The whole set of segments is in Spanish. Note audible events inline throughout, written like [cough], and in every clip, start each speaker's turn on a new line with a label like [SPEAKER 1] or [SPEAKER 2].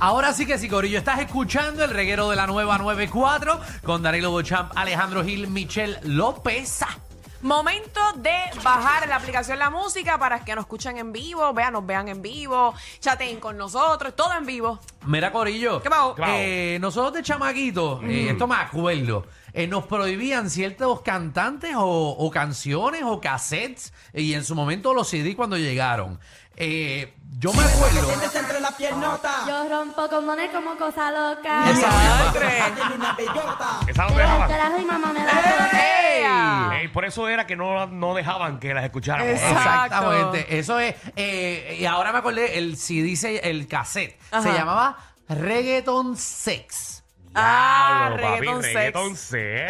[SPEAKER 1] Ahora sí que sí, Corillo, estás escuchando el reguero de la nueva 94 con Danilo Bochamp, Alejandro Gil, Michelle López. Ah,
[SPEAKER 2] Momento de bajar la aplicación La Música para que nos escuchen en vivo, vean, nos vean en vivo, chateen con nosotros, todo en vivo.
[SPEAKER 1] Mira, Corillo,
[SPEAKER 2] ¿Qué pasó? Mm.
[SPEAKER 3] ¿Qué pasó?
[SPEAKER 1] eh, nosotros de chamaquitos, eh, esto me acuerdo, eh, nos prohibían ciertos cantantes o, o canciones o cassettes y en su momento los CD cuando llegaron. Eh, yo me acuerdo...
[SPEAKER 4] Sientes entre las piernotas.
[SPEAKER 5] Yo rompo con Monet como cosa loca.
[SPEAKER 1] Esa-
[SPEAKER 2] ¡Sangre!
[SPEAKER 4] Tiene una bellota.
[SPEAKER 3] Esa no
[SPEAKER 5] Pero el
[SPEAKER 3] dejaban.
[SPEAKER 5] carajo y mamá me la coloca.
[SPEAKER 2] eh. ¡Ea!
[SPEAKER 3] Ey, por eso era que no, no dejaban que las
[SPEAKER 2] [laughs]
[SPEAKER 3] escucháramos.
[SPEAKER 2] Exacto.
[SPEAKER 1] Exactamente. Eso es. eh, y ahora me acordé, el CD, se- el cassette, se
[SPEAKER 2] Ajá.
[SPEAKER 1] llamaba Reggaeton Sex.
[SPEAKER 2] Ah,
[SPEAKER 3] Diablo, papi,
[SPEAKER 2] reggaeton sex.
[SPEAKER 3] reggaeton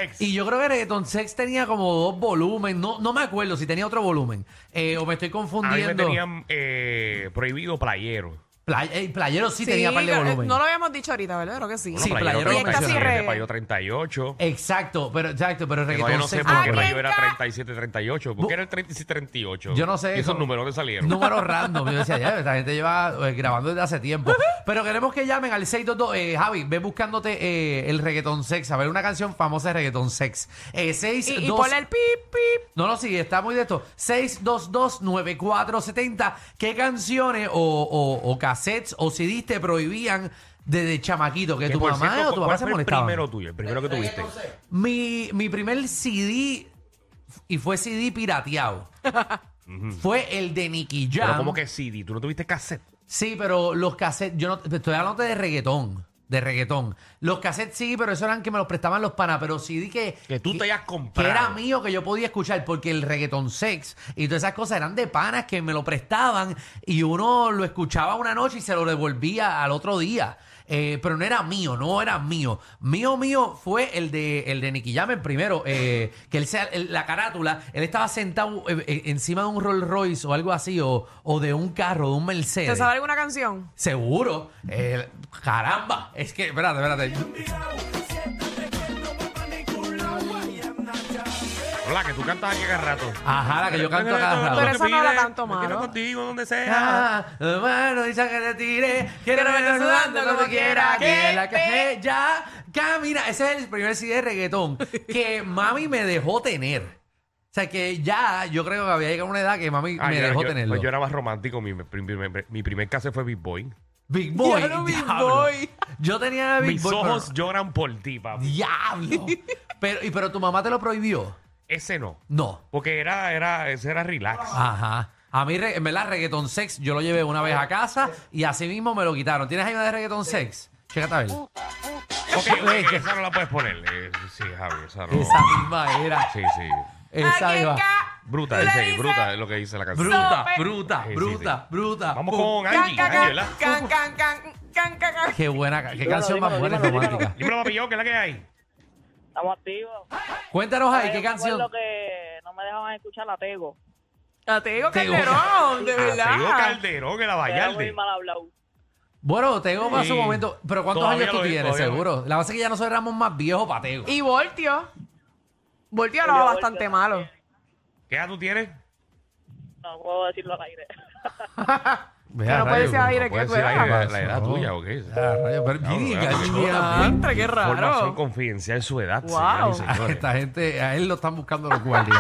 [SPEAKER 3] sex.
[SPEAKER 1] Y yo creo que Reggaeton Sex tenía como dos volúmenes. No, no me acuerdo si tenía otro volumen. Eh, o me estoy
[SPEAKER 3] A mí me
[SPEAKER 1] confundiendo.
[SPEAKER 3] tenían eh, prohibido playero.
[SPEAKER 1] Play- eh, playero sí, tenía par de
[SPEAKER 2] pero, eh,
[SPEAKER 1] volumen.
[SPEAKER 2] no lo habíamos dicho ahorita, ¿verdad? Creo que sí.
[SPEAKER 1] Sí, playero
[SPEAKER 2] Y es casi
[SPEAKER 3] 37,
[SPEAKER 2] reggae.
[SPEAKER 3] playero 38.
[SPEAKER 1] Exacto, pero exacto, pero
[SPEAKER 3] Que todavía
[SPEAKER 1] Reggaeton
[SPEAKER 3] no sé
[SPEAKER 1] Sex.
[SPEAKER 3] por
[SPEAKER 2] Ah,
[SPEAKER 3] qué
[SPEAKER 2] bien,
[SPEAKER 3] rayo era
[SPEAKER 2] ca-
[SPEAKER 3] 37, 38. ¿Por
[SPEAKER 1] Bu-
[SPEAKER 3] qué era el 37, 38?
[SPEAKER 1] Yo no sé
[SPEAKER 3] ¿Y esos
[SPEAKER 1] eso.
[SPEAKER 3] números le salieron?
[SPEAKER 1] Números random. Yo decía, ya, esta gente lleva eh, grabando desde hace tiempo. Pero queremos que llamen al 622. Eh, Javi, ve buscándote eh, el reggaetón sex. A ver, una canción famosa de reggaetón sex. Eh,
[SPEAKER 2] Y, y
[SPEAKER 1] 622.
[SPEAKER 2] ponle el pip, pip.
[SPEAKER 1] No, no, sí, está muy de esto. 6229470. ¿Qué canciones o, o, o cassettes o CDs te prohibían desde chamaquito? Que
[SPEAKER 3] Que
[SPEAKER 1] tu
[SPEAKER 3] por
[SPEAKER 1] mamá
[SPEAKER 3] cierto,
[SPEAKER 1] o tu
[SPEAKER 3] ¿cuál
[SPEAKER 1] papá
[SPEAKER 3] fue
[SPEAKER 1] se
[SPEAKER 3] el
[SPEAKER 1] molestaban.
[SPEAKER 3] primero tuyo? El primero que tuviste.
[SPEAKER 1] Mi, mi primer CD, y fue CD
[SPEAKER 3] [laughs]
[SPEAKER 1] pirateado, fue el de Nicky Jam.
[SPEAKER 3] Pero como que CD, tú no tuviste cassette.
[SPEAKER 1] Sí, pero los cassettes, yo no, te estoy hablando de reggaetón, de reggaetón. Los cassettes sí, pero eso eran que me los prestaban los panas, pero sí di que...
[SPEAKER 3] Que tú te hayas
[SPEAKER 1] Que
[SPEAKER 3] comprado.
[SPEAKER 1] era mío, que yo podía escuchar, porque el reggaetón sex y todas esas cosas eran de panas que me lo prestaban y uno lo escuchaba una noche y se lo devolvía al otro día. Eh, pero no era mío, no era mío. Mío, mío fue el de el de Nicky Jam, el primero, eh, que él sea el- la carátula, él estaba sentado eh, eh, encima de un Rolls Royce o algo así, o, o de un carro, de un Mercedes.
[SPEAKER 2] ¿Te sabe alguna canción?
[SPEAKER 1] Seguro. Eh, caramba. Es que, espérate, espérate.
[SPEAKER 3] Hola, que tú cantas aquí cada rato.
[SPEAKER 1] Ajá, la Ah, que yo canto cada
[SPEAKER 2] Pero
[SPEAKER 1] rato.
[SPEAKER 2] esa no la
[SPEAKER 3] Pide,
[SPEAKER 2] canto,
[SPEAKER 3] me quiero
[SPEAKER 2] mano.
[SPEAKER 3] contigo donde sea.
[SPEAKER 1] Ah, bueno, dice que te tiré. Quiero
[SPEAKER 2] Quiero
[SPEAKER 1] verte
[SPEAKER 2] verte
[SPEAKER 1] sudando
[SPEAKER 2] sudando
[SPEAKER 1] como
[SPEAKER 2] como
[SPEAKER 1] quiera.
[SPEAKER 2] quiera.
[SPEAKER 1] Que
[SPEAKER 2] Que
[SPEAKER 1] la café ya camina. Ese es el primer CD de reggaetón que mami me dejó tener. O sea, que ya yo creo que había llegado a una edad que mami
[SPEAKER 3] Ah,
[SPEAKER 1] me
[SPEAKER 3] yo-
[SPEAKER 1] dejó
[SPEAKER 3] yo,
[SPEAKER 1] tenerlo.
[SPEAKER 3] pues yo era más romántico. Mi, mi- mi- mi primer cassette fue Big Boy.
[SPEAKER 1] Big Boy.
[SPEAKER 2] Yo no, Big
[SPEAKER 1] diablo.
[SPEAKER 2] Boy.
[SPEAKER 1] Yo tenía Big
[SPEAKER 3] Mis
[SPEAKER 1] Boy. pero-
[SPEAKER 3] ojos lloran por ti, papi. [laughs]
[SPEAKER 1] Diablo. Pero, y, pero tu mamá te lo prohibió.
[SPEAKER 3] Ese no.
[SPEAKER 1] No.
[SPEAKER 3] Porque era, era, ese era relax.
[SPEAKER 1] Ajá. A mí, re- en verdad, reggaeton sex, yo lo llevé una vez a casa y así mismo me lo quitaron. ¿Tienes ahí una de reggaeton sex? Chécate a ver.
[SPEAKER 3] Ok, ok,
[SPEAKER 1] Leche.
[SPEAKER 3] esa no la puedes poner. Eh, sí, Javi, Pues, esa no.
[SPEAKER 1] Esa misma era.
[SPEAKER 3] Sí, sí.
[SPEAKER 1] Esa
[SPEAKER 2] Aquí
[SPEAKER 1] misma.
[SPEAKER 2] ca-
[SPEAKER 3] Bruta,
[SPEAKER 2] le
[SPEAKER 3] dice,
[SPEAKER 2] dice-
[SPEAKER 3] bruta es lo que dice la canción.
[SPEAKER 1] Bruta,
[SPEAKER 2] Sope.
[SPEAKER 1] bruta,
[SPEAKER 3] Sí, sí,
[SPEAKER 1] bruta, bruta.
[SPEAKER 3] Vamos
[SPEAKER 1] Pum.
[SPEAKER 3] con
[SPEAKER 2] Can,
[SPEAKER 3] Angie,
[SPEAKER 2] can,
[SPEAKER 3] Angie, ¿verdad?
[SPEAKER 2] can, can, can, can, can, can.
[SPEAKER 1] Qué buena, ca- qué canción más buena y romántica.
[SPEAKER 3] Dímelo, papi, yo, ¿qué es la que hay?
[SPEAKER 6] Estamos activos.
[SPEAKER 1] Cuéntanos ahí, ¿qué
[SPEAKER 6] Yo me
[SPEAKER 1] canción?
[SPEAKER 6] acuerdo que no me dejaban escuchar la Tego.
[SPEAKER 2] Ah, Te digo
[SPEAKER 1] Te digo-
[SPEAKER 2] Calderón, de verdad.
[SPEAKER 3] Ateo Ah, Calderón, el
[SPEAKER 6] Era muy
[SPEAKER 3] Abayalde.
[SPEAKER 6] mal hablado.
[SPEAKER 1] Bueno, Tego para su
[SPEAKER 3] Sí.
[SPEAKER 1] momento. Pero ¿cuántos
[SPEAKER 3] Todavía
[SPEAKER 1] años
[SPEAKER 3] lo
[SPEAKER 1] tú
[SPEAKER 3] es,
[SPEAKER 1] tienes,
[SPEAKER 3] todavía lo
[SPEAKER 1] seguro? La base es que ya nosotros éramos más viejos para Tego.
[SPEAKER 2] Y Voltio. Voltio
[SPEAKER 6] Yo
[SPEAKER 2] era
[SPEAKER 6] Voltio
[SPEAKER 2] bastante
[SPEAKER 6] también.
[SPEAKER 2] malo.
[SPEAKER 3] ¿Qué edad tú tienes?
[SPEAKER 6] No puedo decirlo al aire.
[SPEAKER 1] Vea,
[SPEAKER 2] no puede
[SPEAKER 1] rayos,
[SPEAKER 2] ser
[SPEAKER 1] no.
[SPEAKER 2] aire.
[SPEAKER 3] No
[SPEAKER 2] ¿qué
[SPEAKER 3] puedes
[SPEAKER 2] tú
[SPEAKER 3] decir
[SPEAKER 2] eras?
[SPEAKER 3] la edad- la edad
[SPEAKER 1] No.
[SPEAKER 3] tuya, ¿ok?
[SPEAKER 1] Ah, rayos, pero-
[SPEAKER 3] Claro,
[SPEAKER 1] Mira,
[SPEAKER 3] claro,
[SPEAKER 1] qué
[SPEAKER 3] claro.
[SPEAKER 1] mierda.
[SPEAKER 2] Contra, Ah, qué
[SPEAKER 3] Formación
[SPEAKER 2] raro.
[SPEAKER 3] confidencial su edad,
[SPEAKER 2] Wow.
[SPEAKER 3] señoras y
[SPEAKER 1] A
[SPEAKER 3] señores.
[SPEAKER 1] Esta gente, a él lo están buscando los guardias.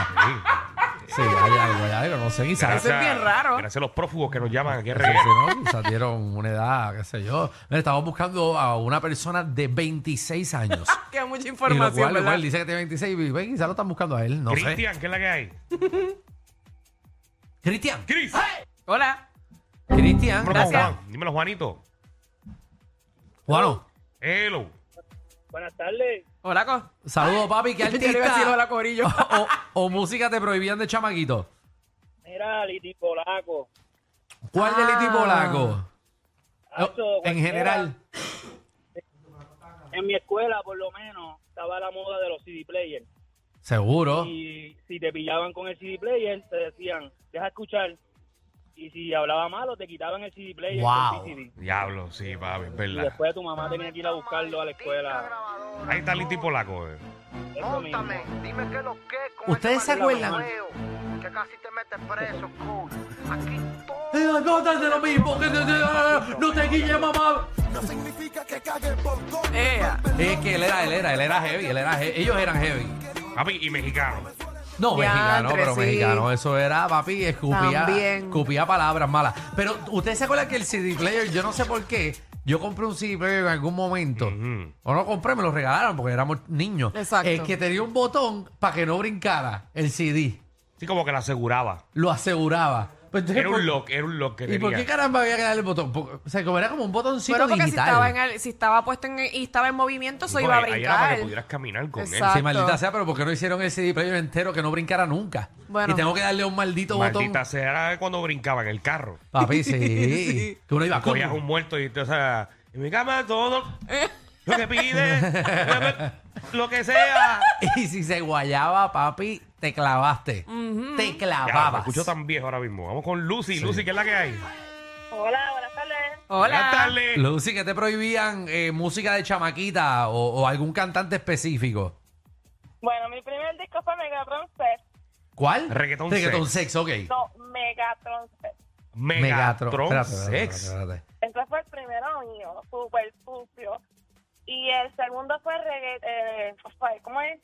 [SPEAKER 1] Sí, hay algo, hay algo, no sé, quizás.
[SPEAKER 2] Eso es bien raro.
[SPEAKER 3] Gracias a los prófugos que nos llaman aquí a
[SPEAKER 1] Sí,
[SPEAKER 3] reggae.
[SPEAKER 1] ¿no? Quizás dieron una edad, qué sé yo. Mira, Estamos buscando a una persona de 26
[SPEAKER 2] [laughs]
[SPEAKER 1] años.
[SPEAKER 2] Qué mucha
[SPEAKER 1] Y lo
[SPEAKER 2] información,
[SPEAKER 1] cual, lo
[SPEAKER 2] ¿verdad?
[SPEAKER 1] cual dice que tiene 26 y ve, quizás lo están buscando a él, no sé.
[SPEAKER 3] Cristian, ¿qué es la que hay?
[SPEAKER 1] Cristian.
[SPEAKER 3] Cris.
[SPEAKER 2] Hola.
[SPEAKER 1] Cristian.
[SPEAKER 3] Dímelo,
[SPEAKER 2] Gracias.
[SPEAKER 3] Juan. Dímelo, Juanito.
[SPEAKER 1] Juano,
[SPEAKER 3] Hello.
[SPEAKER 6] [laughs] Buenas tardes.
[SPEAKER 2] Hola, co.
[SPEAKER 1] saludo papi, ¿qué
[SPEAKER 2] [laughs] Yo le iba a decir hola,
[SPEAKER 1] artista?
[SPEAKER 2] [laughs] corillo.
[SPEAKER 1] o, o música te prohibían de chamaquito.
[SPEAKER 6] Mira, Liti Polaco.
[SPEAKER 1] ¿Cuál de Liti
[SPEAKER 2] Ah.
[SPEAKER 1] Polaco?
[SPEAKER 6] Ah, eso,
[SPEAKER 1] en
[SPEAKER 6] cualquiera.
[SPEAKER 1] general.
[SPEAKER 6] En mi escuela, por lo menos, estaba la moda de los CD players.
[SPEAKER 1] Seguro.
[SPEAKER 6] Y si te pillaban con el CD player, te decían, deja escuchar. Y si hablaba malo, te quitaban el CD player.
[SPEAKER 1] Wow.
[SPEAKER 6] con CD.
[SPEAKER 3] Diablo, sí, papi, es
[SPEAKER 6] Y
[SPEAKER 3] verdad.
[SPEAKER 6] después tu mamá tenía que ir a buscarlo a la escuela.
[SPEAKER 3] Ahí está Liti Polaco. eh.
[SPEAKER 6] Eso mismo.
[SPEAKER 7] dime qué es lo que es con
[SPEAKER 1] ¿Ustedes
[SPEAKER 7] ese
[SPEAKER 1] se acuerdan?
[SPEAKER 7] marihuaneo, Que casi te metes preso, cool. Aquí todo.
[SPEAKER 1] Eh, No te haces lo mismo que te- te- no te guille, mamá.
[SPEAKER 2] Ea.
[SPEAKER 1] Es que él era, él era, él era heavy, él era he- ellos eran heavy.
[SPEAKER 3] Papi, y mexicano.
[SPEAKER 1] No,
[SPEAKER 2] Diantre,
[SPEAKER 1] mexicano, pero
[SPEAKER 2] sí.
[SPEAKER 1] mexicano. Eso era, papi, escupía,
[SPEAKER 2] También.
[SPEAKER 1] escupía palabras malas. Pero ustedes se acuerdan que el CD player, yo no sé por qué, yo compré un CD player en algún momento.
[SPEAKER 3] Ujú.
[SPEAKER 1] O no compré, me lo regalaron porque éramos niños.
[SPEAKER 2] Exacto.
[SPEAKER 1] El que tenía un botón para que no brincara el CD.
[SPEAKER 3] Sí, como que la aseguraba.
[SPEAKER 1] Lo aseguraba. Pero entonces,
[SPEAKER 3] Era
[SPEAKER 1] ¿por-
[SPEAKER 3] un lock, era un lock que
[SPEAKER 1] ¿Y por qué
[SPEAKER 3] tenía.
[SPEAKER 1] caramba había que darle el botón? Porque, o sea, como era como un botoncito
[SPEAKER 2] Bueno, porque si
[SPEAKER 1] digital.
[SPEAKER 2] estaba, en el- si estaba puesto en, y estaba en movimiento, eso
[SPEAKER 3] Sí,
[SPEAKER 2] iba a
[SPEAKER 3] porque ahí era para
[SPEAKER 2] brincar.
[SPEAKER 3] que pudieras caminar con
[SPEAKER 2] Exacto.
[SPEAKER 1] Sí, maldita sea, pero ¿por qué no hicieron el CD player entero que no brincara nunca?
[SPEAKER 2] Bueno.
[SPEAKER 1] Y tengo que darle un maldito
[SPEAKER 3] él. Maldita
[SPEAKER 1] botón.
[SPEAKER 3] sea, era cuando brincaba en el carro.
[SPEAKER 1] Papi, sí.
[SPEAKER 2] [laughs] Sí.
[SPEAKER 1] Que uno iba
[SPEAKER 3] Cogías
[SPEAKER 1] ¿cómo?
[SPEAKER 3] un muerto y te, o sea, en mi cama todo lo que pide, lo que sea.
[SPEAKER 1] [laughs] Y si se guayaba, papi, te clavaste. Te
[SPEAKER 3] Ya, me
[SPEAKER 1] clavabas.
[SPEAKER 3] escucho tan viejo ahora mismo. Vamos con Lucy. Lucy, ¿qué es la que hay?
[SPEAKER 8] Hola, buenas tardes.
[SPEAKER 2] Hola.
[SPEAKER 3] Buenas tardes.
[SPEAKER 1] Lucy, ¿qué te prohibían eh, música de chamaquita o, o algún cantante específico?
[SPEAKER 8] Bueno, mi primer disco fue Megatron Set.
[SPEAKER 1] ¿Cuál?
[SPEAKER 3] Reggaetón
[SPEAKER 1] Reggaeton sexo, ok.
[SPEAKER 8] No, Megatron Set.
[SPEAKER 3] Megatron
[SPEAKER 1] Espérate, espérate, espérate,
[SPEAKER 3] Sex.
[SPEAKER 1] espérate, espérate.
[SPEAKER 8] Ese fue el primero mío, súper sucio. Y el segundo fue reggae, eh, ay, ¿cómo es?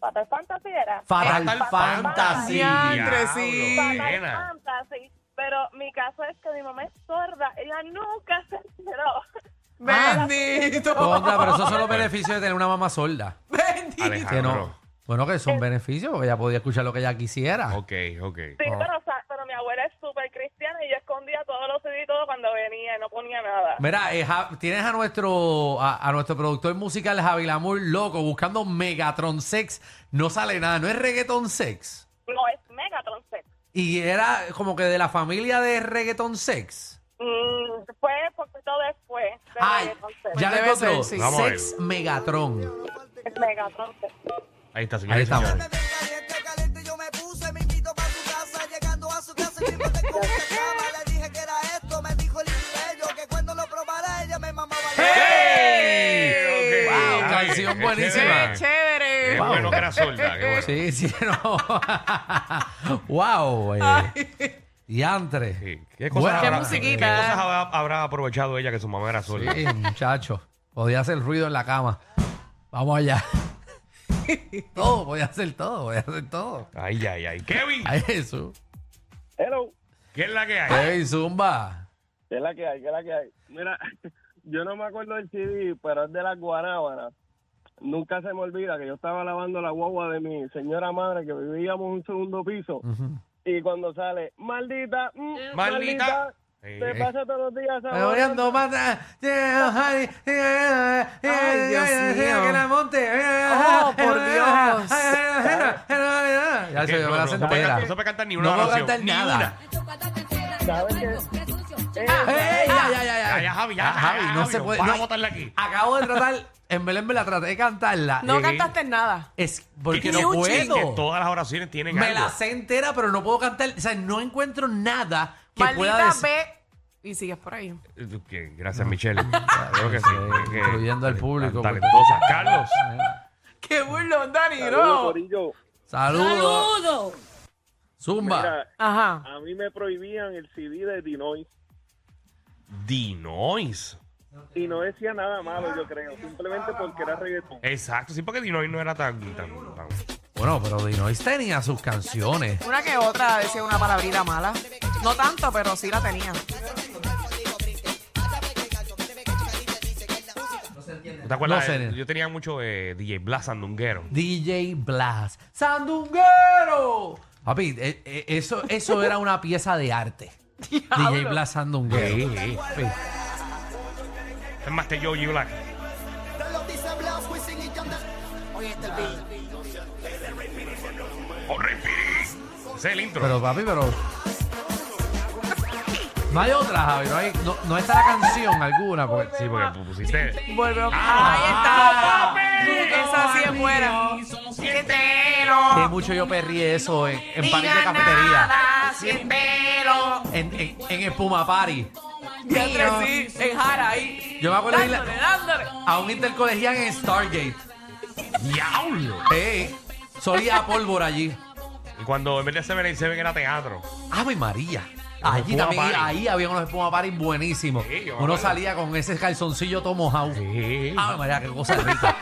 [SPEAKER 8] Fatal Fantasy era.
[SPEAKER 1] Fatal
[SPEAKER 3] Fatal
[SPEAKER 1] Fantasy.
[SPEAKER 2] Diantre, sí.
[SPEAKER 3] Diablo,
[SPEAKER 8] Fatal
[SPEAKER 3] nena.
[SPEAKER 8] Fantasy. Pero mi caso es que mi mamá es sorda, ella nunca se enteró.
[SPEAKER 2] Bendito.
[SPEAKER 1] Contra, pero esos son los beneficios de tener una mamá
[SPEAKER 3] [laughs]
[SPEAKER 1] sorda.
[SPEAKER 2] Bendito.
[SPEAKER 1] Que no.
[SPEAKER 3] Alejandro.
[SPEAKER 1] Bueno, que son beneficios, porque ella podía escuchar lo que ella quisiera.
[SPEAKER 3] Ah. Ok, ok.
[SPEAKER 8] Sí,
[SPEAKER 1] Oh.
[SPEAKER 8] pero, o sea, pero mi abuela es súper cristiana y yo escondía todos los CD y todo cuando venía y no ponía nada.
[SPEAKER 1] Mira, eh, Ja- tienes a nuestro a, a nuestro productor musical Javi Lamour loco buscando Megatron Sex. No sale nada, no es reggaeton sex.
[SPEAKER 8] No es Megatron Set.
[SPEAKER 1] Y era como que de la familia de reggaeton sex.
[SPEAKER 8] Mm, fue porque todo después. de
[SPEAKER 1] Ay,
[SPEAKER 8] Megatron Set.
[SPEAKER 1] ya lo
[SPEAKER 2] Debe ser,
[SPEAKER 1] encontró.
[SPEAKER 2] sí.
[SPEAKER 3] Vamos a ver.
[SPEAKER 1] Sex Megatron.
[SPEAKER 8] Es Megatron Set.
[SPEAKER 3] Ahí está, señor.
[SPEAKER 1] Ahí estamos.
[SPEAKER 4] caliente, caliente, yo me puse, me invitó para su casa, llegando a su casa, mi padre con una cama, le dije que era esto, me dijo el bello, que cuando lo probara ella me mamaba.
[SPEAKER 3] ¡Hey! Ok.
[SPEAKER 1] Wow,
[SPEAKER 3] Está
[SPEAKER 1] canción
[SPEAKER 3] bien, qué
[SPEAKER 1] buenísima.
[SPEAKER 3] chévere.
[SPEAKER 2] Chévere.
[SPEAKER 3] Qué
[SPEAKER 1] Wow.
[SPEAKER 3] bueno que era sorda. qué bueno.
[SPEAKER 1] Sí, sí, no. [laughs] wow. Eh. Diantre.
[SPEAKER 3] Sí. ¿Qué cosas,
[SPEAKER 1] Bueno,
[SPEAKER 2] Qué
[SPEAKER 3] habrá,
[SPEAKER 2] musiquita,
[SPEAKER 3] qué
[SPEAKER 2] eh.
[SPEAKER 3] cosas habrá, habrá aprovechado ella que su mamá era sorda?
[SPEAKER 1] Sí, muchacho. Podía hacer ruido en la cama. Vamos allá. [laughs] todo, voy a hacer todo, voy a hacer todo.
[SPEAKER 3] Ay, ay, ay. Kevin,
[SPEAKER 1] Ay, Jesús.
[SPEAKER 6] Hello.
[SPEAKER 3] ¿qué es la que hay?
[SPEAKER 1] Ey, Zumba.
[SPEAKER 6] ¿Qué es la que hay? ¿Qué es la que hay? Mira, [laughs] yo no me acuerdo del CD, pero es de las guanábanas. Nunca se me olvida que yo estaba lavando la guagua de mi señora madre que vivíamos en un segundo piso y cuando sale, maldita, mm, maldita,
[SPEAKER 3] Maldita. Sí,
[SPEAKER 6] te
[SPEAKER 3] eh.
[SPEAKER 6] pasa todos los días
[SPEAKER 1] Me voy
[SPEAKER 6] saboreando".
[SPEAKER 1] ando mata. Ay,
[SPEAKER 2] Dios mío.
[SPEAKER 1] Que la monte.
[SPEAKER 2] Oh, por Dios.
[SPEAKER 1] Ya se me la
[SPEAKER 3] no, puede
[SPEAKER 1] entera.
[SPEAKER 3] cantar- no puede cantar ni una
[SPEAKER 1] No puedo
[SPEAKER 3] oración,
[SPEAKER 1] cantar
[SPEAKER 3] ni
[SPEAKER 1] nada.
[SPEAKER 6] ¿Sabes qué?
[SPEAKER 1] Ey, ya, ya, ya, ya.
[SPEAKER 3] Ya, ya, Javi, ya,
[SPEAKER 1] Ah, Javi,
[SPEAKER 3] ya,
[SPEAKER 1] no
[SPEAKER 3] Javi,
[SPEAKER 1] se
[SPEAKER 3] no,
[SPEAKER 1] puede.
[SPEAKER 3] vamos
[SPEAKER 1] no,
[SPEAKER 3] a botarla aquí.
[SPEAKER 1] Acabo de tratar, en Belén me la traté de cantarla.
[SPEAKER 2] No
[SPEAKER 1] Eh,
[SPEAKER 2] cantaste nada.
[SPEAKER 1] Es porque
[SPEAKER 3] Y
[SPEAKER 1] no
[SPEAKER 3] un ching, Que
[SPEAKER 1] puedo.
[SPEAKER 3] todas las oraciones tienen
[SPEAKER 1] Me
[SPEAKER 3] algo.
[SPEAKER 1] la sé entera, pero no puedo cantar. O sea, no encuentro nada que pueda
[SPEAKER 2] Maldita
[SPEAKER 1] decir.
[SPEAKER 2] B. Y sigues por ahí.
[SPEAKER 3] Eh, que-
[SPEAKER 1] [laughs]
[SPEAKER 3] Gracias, Michelle. Creo que sí.
[SPEAKER 1] Ah, sí,
[SPEAKER 3] que-
[SPEAKER 1] incluyendo al público.
[SPEAKER 3] tan Talentosa. Carlos.
[SPEAKER 2] Qué burlón, Dani,
[SPEAKER 6] Saludos,
[SPEAKER 2] bro.
[SPEAKER 6] corillo.
[SPEAKER 1] Saludos. Zumba.
[SPEAKER 6] Mira,
[SPEAKER 2] Ajá.
[SPEAKER 6] a mí me prohibían el CD de Dinois
[SPEAKER 3] Dinois.
[SPEAKER 6] y no decía nada malo, yo creo, simplemente porque era reggaetón.
[SPEAKER 3] Exacto. Sí, porque Dinois no era tan... tan, tan-
[SPEAKER 1] Bueno, pero Dinois tenía sus canciones.
[SPEAKER 2] Una que otra decía una palabrita mala. No tanto, pero sí la tenía.
[SPEAKER 3] ¿Tú ¿Te acuerdas?
[SPEAKER 1] No sé.
[SPEAKER 3] Yo tenía mucho eh, DJ Blas Sandunguero.
[SPEAKER 1] DJ Blas. ¡Sandunguero! Papi, eh, eh, eso, eso era una pieza de arte. DJ Blas Sandunguero.
[SPEAKER 3] Sí, sí.
[SPEAKER 1] Sí.
[SPEAKER 3] Es más, te yo, yo Black. Oh, repiris. Ese es el intro.
[SPEAKER 1] Pero papi, pero. No hay otra, Javi. No, hay, no, no está la canción alguna. pues. Porque...
[SPEAKER 3] sí, porque pu- pusiste.
[SPEAKER 2] Vuelve.
[SPEAKER 1] Ah,
[SPEAKER 2] ahí está. Esa sí es buena.
[SPEAKER 1] Que mucho yo perrí eso en, en party de
[SPEAKER 2] Diga
[SPEAKER 1] cafetería.
[SPEAKER 2] nada, sientero.
[SPEAKER 1] En, en, en espuma party.
[SPEAKER 2] Diantre, sí, en Jara ahí.
[SPEAKER 1] Yo me acuerdo de ir
[SPEAKER 2] dándole,
[SPEAKER 1] la-
[SPEAKER 2] dándole.
[SPEAKER 1] a un intercolegial en Stargate.
[SPEAKER 3] ¡Diablo!
[SPEAKER 1] Eh, solía a pólvora allí.
[SPEAKER 3] Y cuando en vez de 7 7 era teatro.
[SPEAKER 1] Ave María. Allí
[SPEAKER 3] Espuma
[SPEAKER 1] también,
[SPEAKER 3] party.
[SPEAKER 1] ahí había unos espuma party buenísimos.
[SPEAKER 3] Sí, yo me
[SPEAKER 1] Uno
[SPEAKER 3] acuerdo.
[SPEAKER 1] salía con ese calzoncillo todo mojado.
[SPEAKER 3] Sí.
[SPEAKER 1] Ay, María, qué cosa
[SPEAKER 3] [laughs]
[SPEAKER 1] rica.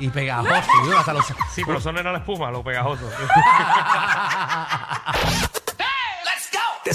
[SPEAKER 1] Y pegajoso. y uno hasta los-
[SPEAKER 3] Sí, pero eso no era la espuma,
[SPEAKER 1] [laughs]
[SPEAKER 3] lo pegajoso.
[SPEAKER 6] Te